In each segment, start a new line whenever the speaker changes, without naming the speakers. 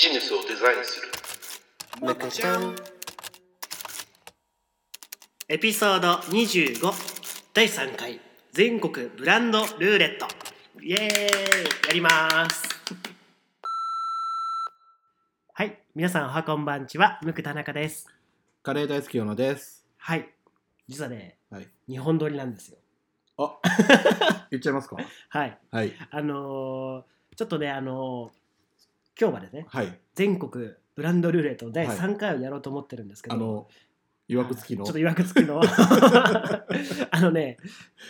ジネスをデザインする
むかちゃん
エピソード25第3回全国ブランドルーレットイエーイやりますはい皆さんおはこんばんちはムク田中です
カレー大好きよのです
はい実はね、
はい
日本撮りなんですよ
言っちゃいますか
はい
はい
あのーちょっとねあのー今日までね
はい
全国ブランドルーレット第3回をやろうと思ってるんですけど、
あのいわくつきの
ちょっといわくつき のあのね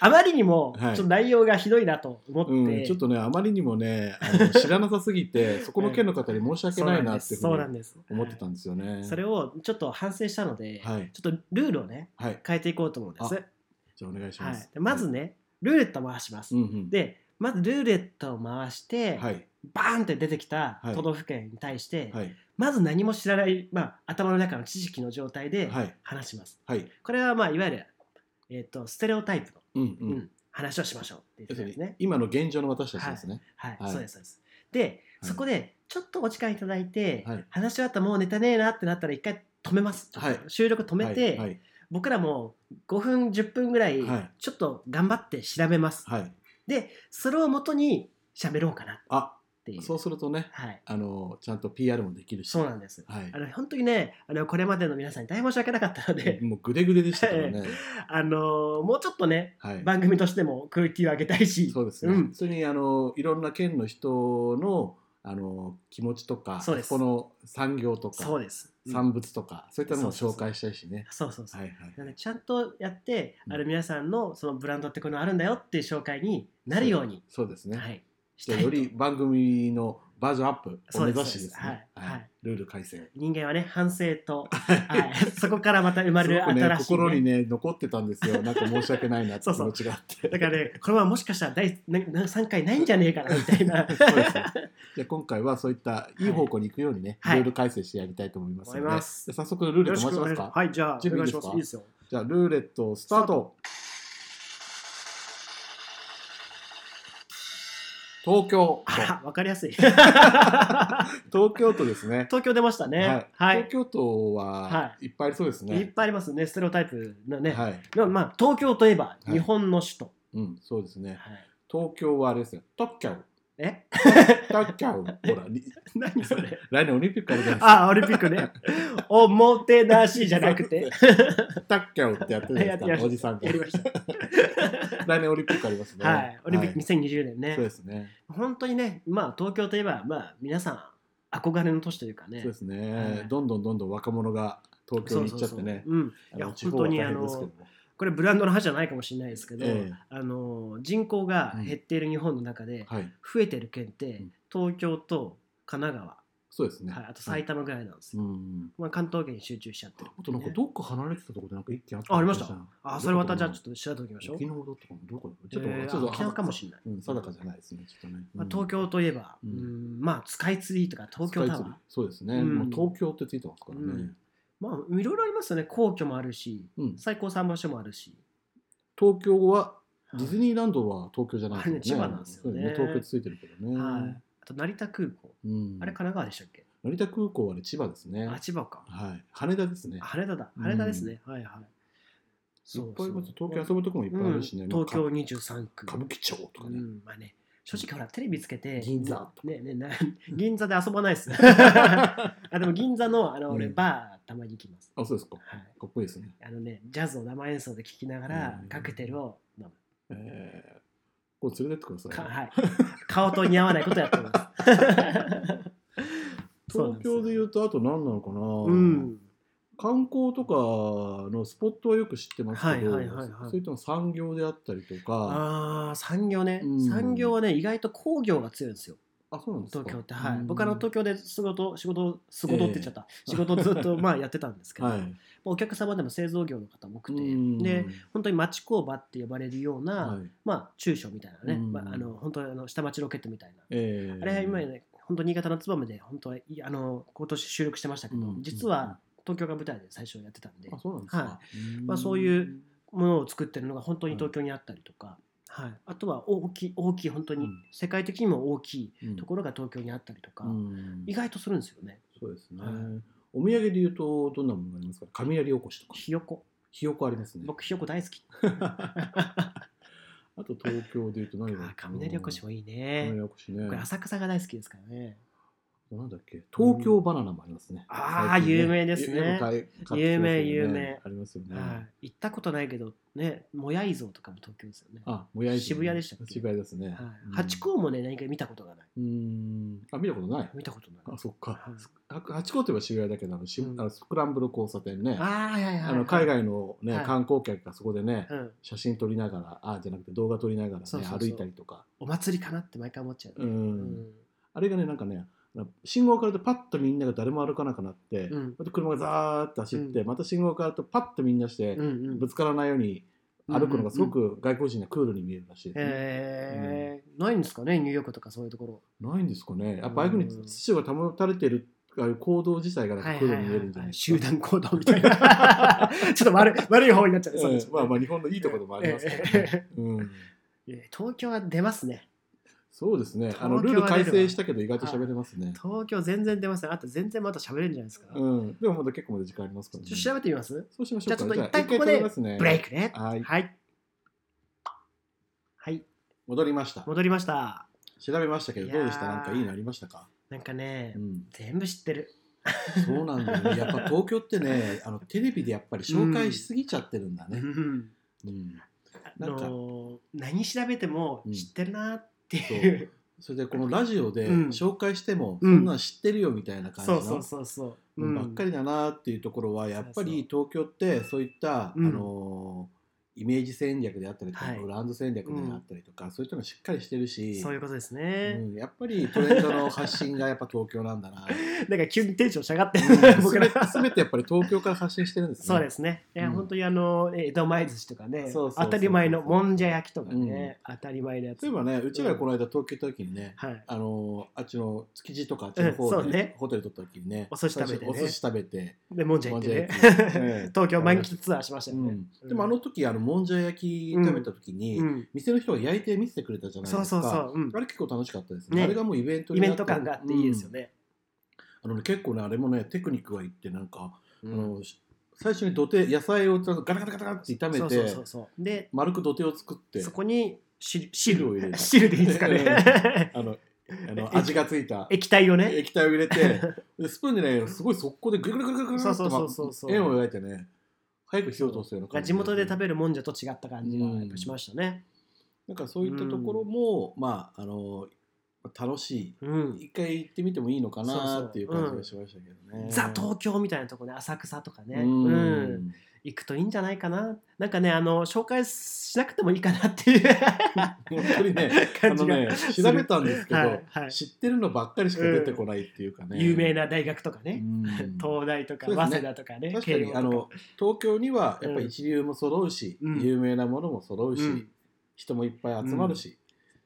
あまりにもちょ
はい
っと内容がひどいなと思って、
うん、ちょっとねあまりにもねあの知らなさすぎ てそこの県の方に申し訳
そう
ない
ん
な
で
って
す
いうふ
そう
う
なん
に
です
思ってたんですよね
それをちょっと反省したので、
はい
ちょっとルールをね
はい
変えていこうと思うんです、
じゃあお願いし
は
ま
い
す、
でまずね、ルーレット回します、
うんうん
でまずルーレットを回して、
はい
バーンって出てきた
はい
都道府県に対して、
はい
まず何も知らない、まあ、頭の中の知識の状態で
はい
話します、
はい
これはまあいわゆる、えっとステレオタイプの
うんう
うんん話をしましょうっていう
要
こと
す
で
る
すね
に。今の現状の私たちですね
はい、
はい
そうですそうです。で、
はい
そこでちょっとお時間いただいて、
はい
話し終わったもうネタねえなってなったら一回止めます。
はい
収録止めて、
はいはい
僕らも5分10分ぐらい
はい
ちょっと頑張って調べます。
はい
で、それをもとに喋ろうかなっ
あ
ていう。
そうするとね
はい、
あのちゃんと PR もできるし
そうなんです。
はい
あの本当にね、あのこれまでの皆さんに大変申し訳なかったので、
もうグデグデでしたからね
あのもうちょっとね、
はい
番組としてもクオリティを上げたいし、
そうですね、
うん
それにあのいろんな県の人のあの気持ちとか
そうです
この産業とか
そうです。
産物とか、そういったのを
そうそう
紹
そう
介したいしね。
そうそうそう
はい。
な
は
ので
い。
ちゃんとやって、
うん
あの皆さんのそのブランドってこういうのあるんだよっていう紹介になるように、
そうですね。
はい、し
じゃ
た
あ
い
よ
と
り番組のバージョンアップを目指し
そう
て
です
です
そ
ね。
うですはいはい
ルール改正。
人間はね反省 と、はい、そこからまた生まれる
すごくね
新しい、ね
心にね残ってたんですよ。なんか申し訳ないなって
そう
気
そう
持ちがあって。
だからねこれはもしかしたら第なな3回ないんじゃねえかなみたい な
そうです ね。じゃあ今回はそういったいい方向に行くようにね、
はい
ルール改正してやりたいと思いますので、
思います
で早速ルーレット回し
よろし
ま
く
す
お願い
か。
はいじゃあお
準備
願い
いい
し
です
ま
か
すいいですよ
じゃあルーレットスタート東京
あら分かり やすい
東京都ですね
東京出ましたねはい、
東京都は
は
はいっぱいありそうです
い、っ
ね
ぱいありますねステレオタイプのね、
はい、
でもまあ東京といえば
い
日本の首都、
うん、そうですね
はい
東京はあれですよ特許
え
特許ほらり
何それ
来年オリンピックあるじゃない
あ、オリンピックね。おもてなしじゃなく て。
ですか特許ってやってるじゃない
や
で
っ
す
てま
か
した
おじさんが
やり ました。
来年オリンピックありますね
はい。オリンピック2020年
そうで
ね。
すね
本当にね、まあ東京といえば、まあ皆さん憧れの都市というかね。
そうです
は
ね
い
どんどんどんどん若者が東京
そう
に行
そう
っち
そ
ゃ
う
ってね
うん。いや
あの地方は
本当に
大変ですけども
これブランドの話じゃないかもしれないですけど、
え
あの人口が減っている日本の中
え
で
はい
増えてる県って
うん
東京と神奈
そうですね
川、はい、あと埼玉ぐらいなんです
う
よ。
ん
まあ関東圏に集中しちゃってる
あとなんかどっか離れてたとこでなんか一件あった
あありました
な
あ、それまたじゃあちょっ
と
と調べておきましょう。
沖縄だったかなどこだちょっと、
えー
ちょっと
沖縄かもしれない。
うん定かじゃないですねちょっとね、
まあ、東
京
京といえば、
う
うんんまあスカイツリーとか東京タワー
そうですね、
うん
もう東京ってついてますからね、
うんまあいろいろありますよね皇居もあるし
うん
最高参謀所もあるし
東京はディズニーランドは東京じゃないですも
あ
んね
れ千葉なんですよね
そう東京ついてるけどね、
はい、あと成田空港
うん、
あれ神奈川でしたっけ、
成田空港はね千葉ですね
あ千葉か
はい羽田ですね
あ羽田だ羽田ですね、はいはい
いっ
そう
ぱいいます
そう
東京遊ぶとこもいっぱいあるしね、
うん
まあ
東京23区
か歌舞伎町とかね、
うんまあね正直ほらテレビつけて
銀座と
ねねな 銀座で遊ばないっ すねあでも銀座のあの俺
うん
バーたまに行きます、
あそうですかか
はい
っこいいですね
あのねジャズを生演奏で聴きながら
うん
カクテルを飲む
えー、こう連れてってくだ
か
さい、
はい、顔と似合わないことやって ますそうなん
東
すよ
京で言うとあと何なのかな、
うん、
観光とかのスポットはよく知ってますけど、
はいはいはいはい
そういったの産業であったりとか
ああ産業ね、
うん
産業はね意外と工業が強いんですよ
あそうなんですか
東京って、はい
うん
僕あの東京で仕事仕事仕事って言っちゃった、仕事ずっと まあやってたんですけど、
はい
お客様でも製造業の方も多くて、
うん
で本当に町工場って呼ばれるような、
はい
まあ中小みたいなね、
うん
まあ、あの本当にあの下町ロケットみたいな、
えー
あれは今ね本当新潟の燕で本当はいあの今年収録してましたけど、
うん
実は東京が舞台で最初やってたんで、
あそうなんですか、
は
うん
まあそういうものを作ってるのが本当に東京にあったりとか、はい、あとは大きい大きい本当に、
うん
世界的にも大きい
うん
ところが東京にあったりとか、
うん
意外とするんですよね
そうですね、
はい
お土産で言うとどんなものがありますか雷おこしとか
ひよこ
ひよこありますね
僕ひよこ大好 き
あと東京で言うと
あ
何がある
ー
かな
雷おこしもいいね
雷おこしね
僕浅草が大好きですからね
なんだっけ東京バナナもありますね、
あー
最近
有名ですね
よく買い買ってきますよね
有名有名
ありますよね、
はい、行ったことないけどねもやい像とかも東京ですよね、
あもやい
渋谷でしたっけ
渋谷ですね、
はい
うん
ハチ公もね何か見たことがないう
ーんあ見たことない
見たことない
あそっか
はい
あハチ公といえば渋谷だけどあのし
うん
あのスクランブル交差点ねあ
あーはいはいはい
の海、外の、ね
はい
観光客がそこでね、
うん、
写真撮りながらあじゃなくて動画撮りながら、ね、
そうそうそう
歩いたりとか、
お祭りかなって毎回思っちゃう
う
ね、
ん
うん
あれがねなんかね信号からでパッとみんなが誰も歩かなくなって、
うん
また車がザーッと走って、
う
また信号からとパッとみんなして、
うんうん
ぶつからないように歩くのがすご
うんうんうん
く外国人にはクールに見えるらしいですね、
へえ、ないんですかねニューヨークとかそういうところ
ないんですかねやっぱああいうふうに
うん
秩序が保たれてるああいう行動自体がなんかクールに見えるんじゃないです
集
か、
団行動みたいな ちょっと悪い悪い方になっちゃうねそう
え
で
え
すね
まあまあ日本のいいところでもありますけどね、うん、
えー東京は出ますね
そうですねあのル
東京は出る
ール
わ
改正したけど意外と喋れますね、
東京全然出ますねあと全然また喋れるんじゃないですか、ちょ
うん、でもまだ結構まだ時間ありますから
っ
ね
と調べてみます
そうしましょ
じゃあ
うか
ちょっと
じゃあ
一旦ここで
一回止めますね
ブレイクね
はい
はい、はい
戻りました
戻りました
調べましたけど
いやー
どうでしたなんかいいのありましたか、
なんかね、
うん、
全部知ってる
そうなんだよねやっぱ東京ってねあのテレビでやっぱり紹介しすぎちゃってるんだね、
うん
うん
あ
なんか
のー何調べても知ってるなって いう、
それでこのラジオで
うん
紹介しても、
うん
そんなん知ってるよみたいな感じ
そ
の
うそうそうそう、
ものばっか
り
りだなっていうところはやっぱり東京ってそういった、
うん
あのーイメージ戦略であったりとか、
はい
ブランド戦略であったりとか、そういったのしっかりしてるし
そういうことです
う
ね、
ん、やっぱりトレンドの発信がやっぱ東京なんだ な
なんか急にテンション下がって、 僕
僕
ら
ら全てやっぱり東京から発信してるんですね
そうですね。いや、
うん
本当にあの、え江戸前寿司とかね、
そうそうそうそう
当たり前のもんじゃ焼きとかね、当たり前のやつ。
例えばねうちらがこの間東京行った時にね、
はい。
あのーあっちの築地とかあっちの方
うんそ
で、
うね
ホテル取った時にね
お寿司食べてね
お寿司食べて
で、もんじゃ焼きでね。
もんじゃ焼き ええ
東京満喫ツアーしましたよ
う
ね
ん。でもあの時あのもんじゃ焼き食べた時に、
うん、
店の人が焼いて見せてくれたじゃないです
そ
か
うそうそう、うん
あれ結構楽しかったですね
ね
あれがもうイベント
イ
に
ベ
な
ン
って
ト感があっていいですよね。
うんあのね結構ねあれもねテクニックがいってなんか、
うん
あのし最初に土手野菜をちゃんとガラガラガラガラって炒めて
そうそうそうそう。で、
丸く土手を作って
そこに汁
汁を入れ る
汁でいいですかね。
あのあの味がついた
液体をね。
液体を入れてでスプーンでねすごい速攻でグラグラグラグラグラっ
そうそうそう
と
そうそう
ま円を描いてね早く火を通すような感じ
地元で食
べ
べるもんじゃと違った感じがやっぱしましたね。
なんかそういったところも、まああの楽し
うん
い一回行ってみてもいいのか
そう
な
そう
っていう感じがしましたけどね、
ザ東京みたいなとこね浅草とかね、
うん
うん、行くといいんじゃないかななんかねあの紹介しなくてもいいかなっていう
本当 にねあ
感じ
の
が
ね
する
調べたんですけど、
はいはい
知ってるのばっかりしか出てこないっていうかね、
有名な大学とかね、
うん
東大とか、
そうですね
早稲田とかね
確かにあの東京にはやっぱり一流も揃うし、
うん
有名なものも揃うし、
うん
人もいっぱい集まるし、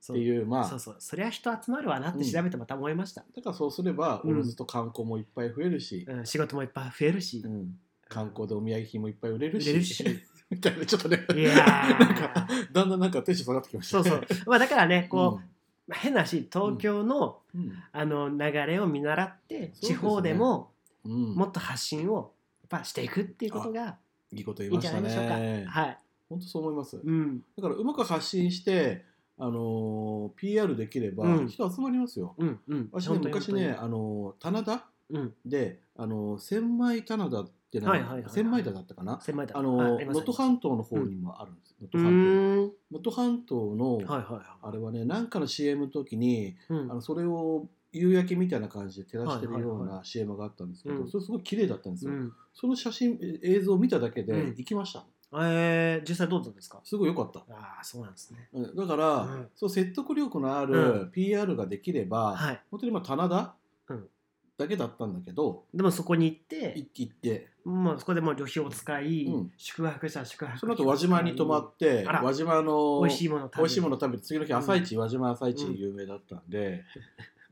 って
う
いうまあ
そうそうそりゃ人集まるわなって調べてまた思いました、
だからそうすれば
う
お
ん
のずと観光もいっぱい増えるし、
うん仕事もいっぱい増える し、
うん観光でお土産品もいっぱい売れるし
売れるし
みたいなちょっとね
いやー
なんかだんだんなんかテンション下がってきました
そう
ね
そうまあだからねこう、変な話東京の,、
うん、
あの流れを見習って、
すね
地方でも
うんうん
もっと発信をやっぱしていくっていうことが
いいこと
い
言い
いん
ま
じ
し
ゃな
た
いでしょうか。
ね
はい、
本当そう思いますだ
うん
からうまく発信してあのー PR できれ
うん
ば人集まりますよ、
うんうん、
私ね
本当に
昔ね、あのー棚田
本当にうん、
であのー千枚棚田ってな
はいはいはいはい
千枚田だったかな
狭いだ
あ
ろ
の
はい
ー
あります
能登半島の方にもあるんです能
う
登半島に
ーん、
能登半島の、
はいはいはい。
あれはねなんかの CM の時に
うん
あのそれを夕焼けみたいな感じで照らしてるよ
は
う
いはい
な CM があったんですけど、
うん
それすごい綺麗だったんです
う
よ、
ん、
その写真え映像を見ただけで
うん
行きました、
えー、実際どうだったんですか
すごい良かった
ああ、そうなんですね。
うんだから、
うん
そう説得力のあ
う
る PR ができれば、
はい。
本当にまあ棚田
うん
だけだったんだけど、
でもそこに行って、
行行って
もうそこでもう旅費を使い、
うん
宿泊者宿泊
その後輪島に泊まって
あら
輪島の
美味しいもの食べ
美味しいもの
食
食べて次の日朝市、輪島朝市有名だったん で、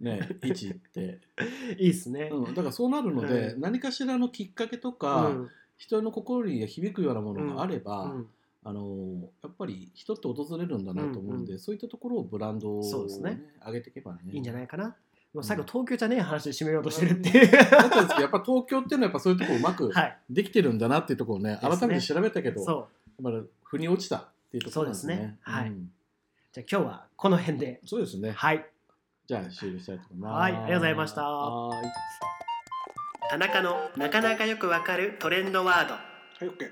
ね市行って、
べいいですね。
うん、だからそうなるので、
う
何かしらのきっかけとか、
うん
人の心に響くようなものがあれば、
うん
あのやっぱり人って訪れるんだなと思うの
うん
で、
う
そういったところをブランドを、ね
そうですね
上げていけばね
いいんじゃないいかな。もう
うん
最後、東京じゃねえ話で締めようとしてるっていう。
だったんですけどやっぱ東京っていうのはやっぱそういうところうま く
はい。
できてるんだなっていうところをね
ですね
改めて調べたけど、やっ
そう。
ぱり腑に落ちたっていうところなんですね
そうですねはい
うん
じゃあ今日はこの辺で。
そうですね
はい。
じゃあ終了したいと思います
はいありがとうございました
はい
田中のなかなかよくわかるトレンドワード。
はい OK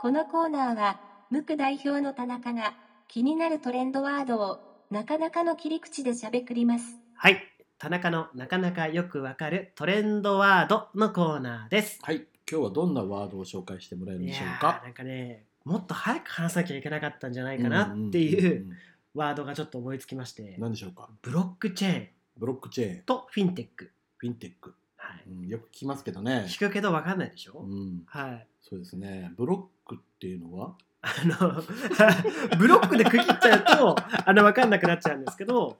このコーナーは、無垢代表の田中が気になるトレンドワードをなかなかの切り口でしゃべくります。
はい。田中のなかなかよくわかるトレンドワードのコーナーです。
はい今日はどんなワードを紹介してもらえるん
い
で
や
しょう
ー
か
なんかね、もっと早く話さなきゃいけなかったんじゃないかなっていうん
んんん
ワードがちょっと思いつきまして、
何でしょうか
ブロックチェーン
ブロックチェーン
とフィンテック。
フィンテック、
はい。
うん、よく聞きますけどね
聞くけどわかんないでしょ、
うん、
はい。
そうですねブロックっていうのは
あの、 ブロックで区切っちゃうと、あの、わかんなくなっちゃうんですけど、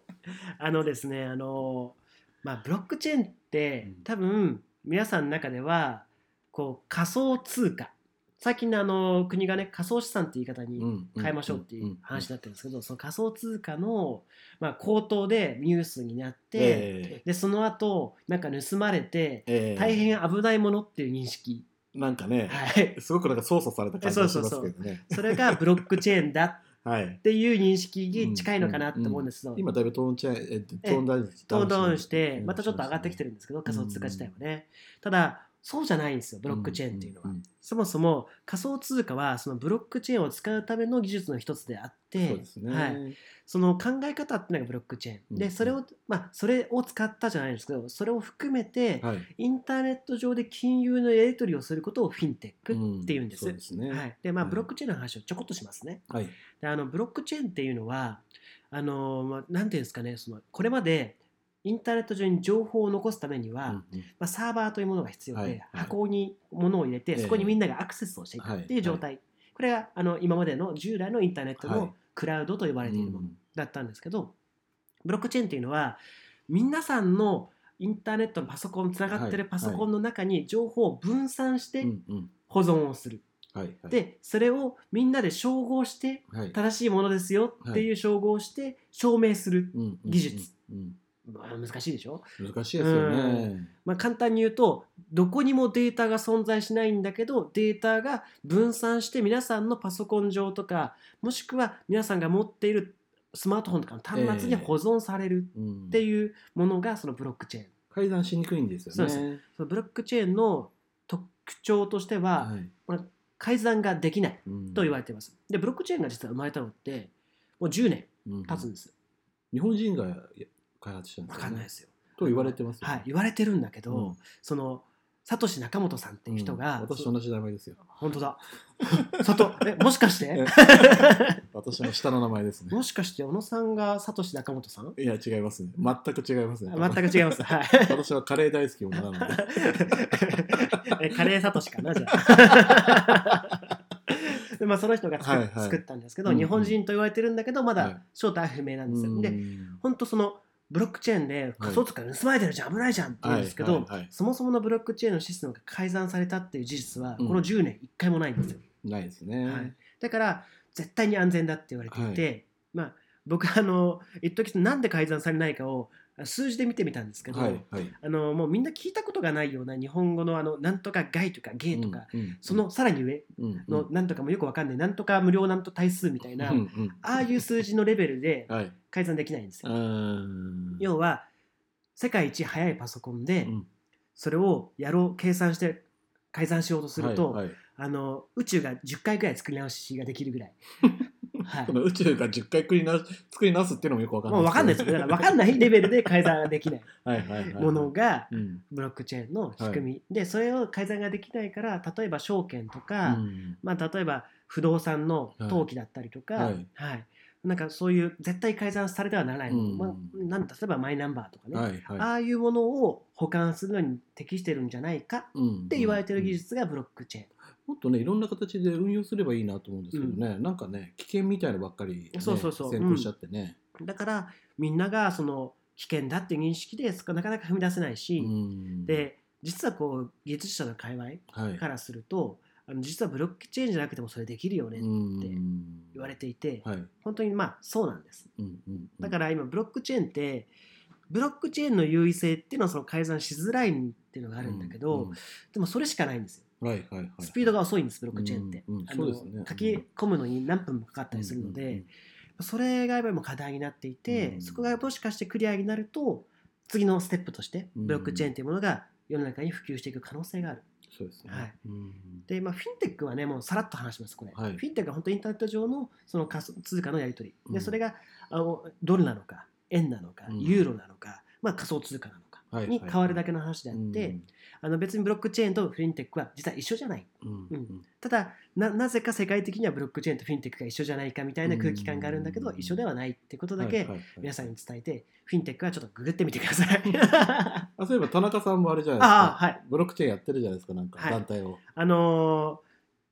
あのですね、あの、まあ、ブロックチェーンって
うん
多分皆さんの中では、こう、仮想通貨。最近のあの、国がね、仮想資産って言い方に変えましょうっていう話になってるんですけど、その仮想通貨の、まあ、高騰でニュースになって、
え
で、その後、なんか盗まれて、
ええ
大変危ないものっていう認識。
なんかね、
はい。
すごくなんか操作された感じがしますけどね
それがブロックチェーンだ
はい
っていう認識に近いのかなって思うんですけど、
今だいぶトーンチェーンえっと
え
トーンダウンして
トーンダウンしてまたちょっと上がってきてるんですけど仮想通貨自体はね、ただそうじゃないんですよブロックチェーンっていうのは、
んんん
そもそも仮想通貨はそのブロックチェーンを使うための技術の一つであって
そうですね、
はい、その考え方っていうのがブロックチェーン、
うん
でそれをまあそれを使ったじゃないんですけどそれを含めて、
はい
インターネット上で金融のやり取りをすることをフィンテックっていうんです、
そうですね
はい、でまあ
うん
ブロックチェーンの話をちょこっとしますね、
はい
であのブロックチェーンっていうのはあの、まあ、なんていうんですかねそのこれまでインターネット上に情報を残すためには、
うん
ま
うん
あ、サーバーというものが必要で、
はいはい
箱に物を入れて、
ええ
そこにみんながアクセスをしていたっていう状態、これがあの今までの従来のインターネット
はい
のクラウドと呼ばれているものだったんですけど、ブロックチェーンっていうのは皆さんのインターネットのパソコンつながってる
はい
パソコンの中に情報を分散して
うんうん
保存をする、
はいはい
でそれをみんなで照合して
はい
正しいものですよっていう称号をして証明する、
うんうんうん
技術、
うん
まあ難しいでしょ、
難しいですよ
う
ね
まあ、簡単に言うとどこにもデータが存在しないんだけどデータが分散して皆さんのパソコン上とかもしくは皆さんが持っているスマートフォンとかの端末に保存される
うん
っていうものがそのブロックチェーン
改ざんしにくいんです
そう
よ
です
ね
そのブロックチェーンの特徴としては
はい
改ざんができない
うん
と言われていますでブロックチェーンが実は生まれたのってもう10年
うん
経つんです
日本人が開発したんで
分
す
か
よ
んないで
ね
すよ
と言われてますよ
はい、言われてるんだけど、
うん
そのサトシ仲本さんっていう人が、
うん私と同じ名前ですよ
本当だ 佐藤えもしかして
え私の下の名前ですね
もしかして小野さんがサトシ仲本さん
いや違いますね全く違いますね
全く違いますはい
私はカレー大好き女なので
えカレーサトシかなじゃあ でまあ、その人が作,、
はいはい
作ったんですけど、
うんうん
日本人と言われてるんだけどま
は
だ
い
正体は不明なんですよ、 で
うん
本当そのブロックチェーンで仮想通貨盗まれてるじゃん、危ないじゃんって言うんですけど、
はいはいはい
そもそものブロックチェーンのシステムが改ざんされたっていう事実は
う
こ
ん
の10年一回もないんですよ、
ないですね、
はい、だから絶対に安全だって言われていて、まあ僕あの一時なんで改ざんされないかを数字で見てみたんですけど、
はいはい
あのもうみんな聞いたことがないような日本語のあのなんとか外とかゲイとか、
うんうん
そのさらに上
うん
のなんとかもよくわかんない、なんとか無料なんと対数みたいな、
うんうん
ああいう数字のレベルで
はい
改ざんできないんですよ。
うん
要は世界一速いパソコンで、
うん
それをやろう計算して改ざんしようとすると、
はいはい
あの宇宙が10回ぐらい作り直しができるぐ らい。はい
こ、の宇宙が10回作りな作り直すっていうのもよくわかんない
もう分かんないですよ。だから分かんないレベルで改ざんができない
はいはいはいはい
ものが
うん
ブロックチェーンの仕組み、でそれを改ざんができないから例えば証券と
う
か、
ん
まあ、例えば不動産の登記だったりとか、は
はいい
なんかそういう絶対改ざんされてはならないもの、
うん
まあ、なん例えばマイナンバーとかね、
はいはい
ああいうものを保管するのに適してるんじゃないかっ
って
言われてる技術がブロックチェーン。
もっとねいろんな形で運用すればいいなと思うんですけどね、なんかね危険みたいなばっかり、ね、
そうそうそう
先行しちゃってね、
だからみんながその危険だっていう認識でそこなかなか踏み出せないし、
うん
で実はこう技術者の界隈
はい
からするとあの実はブロックチェーンじゃなくてもそれできるよねって言
言
われていて、
はい、
本当にまあそうなんです。
うんうん
だから今ブロックチェーンってブロックチェーンの優位性っていうのはその改ざんしづらいっていうのがあるんだけど、
うん
でもそれしかないんですよ。
うんはいはいはい、
スピードが遅いんですブロックチェーンって、
うんうん
あ
そう
の
ですね
書き込むのに何分もかかったりするので、それがやっぱりもう課題になっていて、
うん
そこがもしかしてクリアになると次のステップとして
うん
ブロックチェーンというものが世の中に普及していく可能性がある。
そうですね、
はい
うん
で、まあ、フィンテックはねもうさらっと話しますこれ、
はい
フィンテックは本当にインターネット上のその仮想通貨のやり取り
う
で
ん
それがあのドルなのか円なのか
うん
ユーロなのか、まあ、仮想通貨なのか
はい
に変わるだけの話であって、
うん
あの別にブロックチェーンとフィンテックは実は一緒じゃない
うん
うんただななぜか世界的にはブロックチェーンとフィンテックが一緒じゃないかみたいな空気感があるんだけど、
うん
一緒ではないってことだけ
はいはいはい
皆さんに伝えて、フィンテックはちょっとググってみてくだ さい
あそういえば田中さんもあれじゃないですか
ああはい
ブロックチェーンやってるじゃないですかなんか
はい
団体を
あのー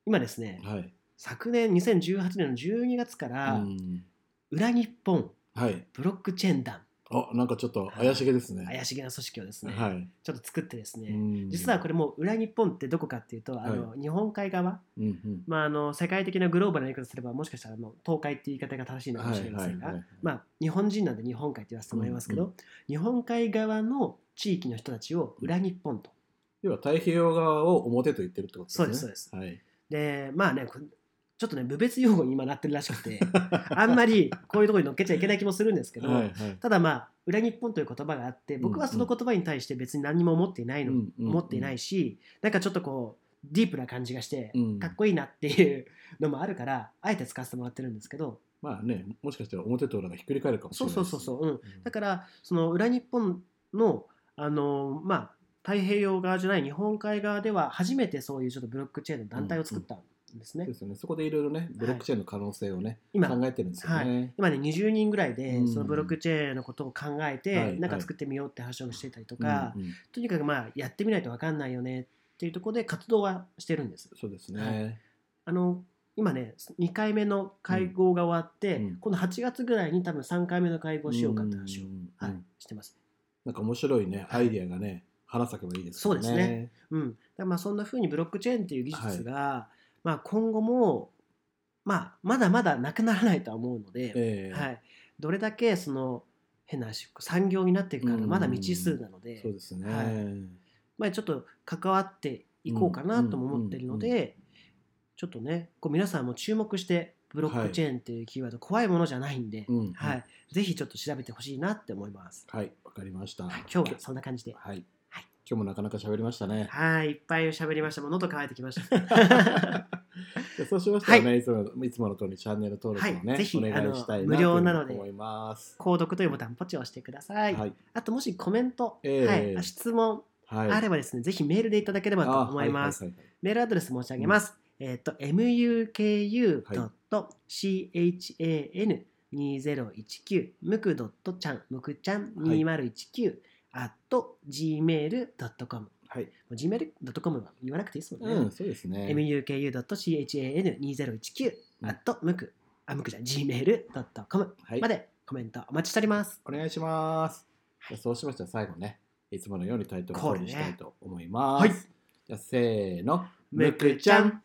今ですね
はい、
昨年2018年の12月から、
うん
裏日本
はい
ブロックチェーン団
あなんかちょっと怪しげですね
怪しげな組織をですね、
はい
ちょっと作ってですね、
うん
実はこれもう裏日本ってどこかっていうとあの、日本海側、
うんうん
まあ、あの世界的なグローバルな言い方すればもしかしたらもう東海っていう言い方が正しいのかもしれませんが、
はいはいはい
まあ、日本人なんで日本海って言わせてもらいますけど、
う
日本海側の地域の人たちを裏日本と。
要は太平洋側を表と言ってるってことです
そ
ね
うです
そうです、はい、
でまあねこちょっとね無別用語に今なってるらしく てあんまりこういうところに乗っけちゃいけない気もするんですけど、
はいはい
ただまあ裏日本という言葉があって僕はその言葉に対して別に何も思っていないの、思っていない
し、
しなんかちょっとこうディープな感じがして、
うん
かっこいいなっていうのもあるからあえて使わせてもらってるんですけど
まあねもしかしたら表と裏がひっくり返るかもし
そ
れ
うそ
ない
うそうそう、うん、
うん
だからその裏日本のあのーまあ太平洋側じゃない日本海側では初めてそういうちょっとブロックチェーンの団体を作ったんですね、
そうですよねそこでいろいろねブロックチェーンの可能性をね、
今
考えてるんですよね、
今ね20人ぐらいで
うん
そのブロックチェーンのことを考えて、
はい
なんか
はい
作ってみようって話をしてたりと
う
か、
んうん
とにかくまあやってみないと分かんないよねっていうところで活動はしてるんです。
そうですね、
あの今ね2回目の会合が終わって、
うん
今度8月ぐらいに多分3回目の会合しようかって話を、
うん
は
う
い
ん、
してます。
なんか面白いねアイディアがね花咲けばいいですよね
そうですねうん、だからまあそんな風にブロックチェーンっていう技術が、まあ、今後も、まあ、まだまだなくならないとは思うので、
ええ
はい、どれだけその変な話産業になっていくか
う
ら
ん
まだ未知数なので、
そうですね、
はいまあ、ちょっと関わっていこうかなとも思ってるので、
うん
ちょっとねこう皆さんも注目してブロックチェーンっていうキーワード、怖いものじゃないんで、
うん
はい、ぜひちょっと調べてほしいなって思います、
はいわかりました、
はい、今日はそんな感じで
はい、
はい
今日もなかなか喋りましたね
はいいっぱい喋りましたもう喉乾いてきました
でそうしましたらね、い、つものいつもの通りチャンネル登録を
は
ね、
いぜひ
お願いしたいな
あの無料なので
というふうに思います
購読というボタンポチを押してください、
はい
あともしコメント、
ええ
はいあ、質問
はい
あればですね、ぜひメールでいただければと思います、
あはいはいはい
メールアドレス申し上げます。えっ、と、muku.chan2019 むく .chan むくちゃん2019 at gmail.com
はい、
gmail.com は言わなくていいですもんね。
うん、そうですね。
muku.chan2019 at むくあむくじゃん gmail.com
はい
ま、でコメントお待ちしております。
お願いします。
はい
じゃあそうしましたら最後ね、いつものようにタイトル
こ
コ
れ
ー
ね
ルしたいと思います。
はい
じゃあせーの、
むくちゃん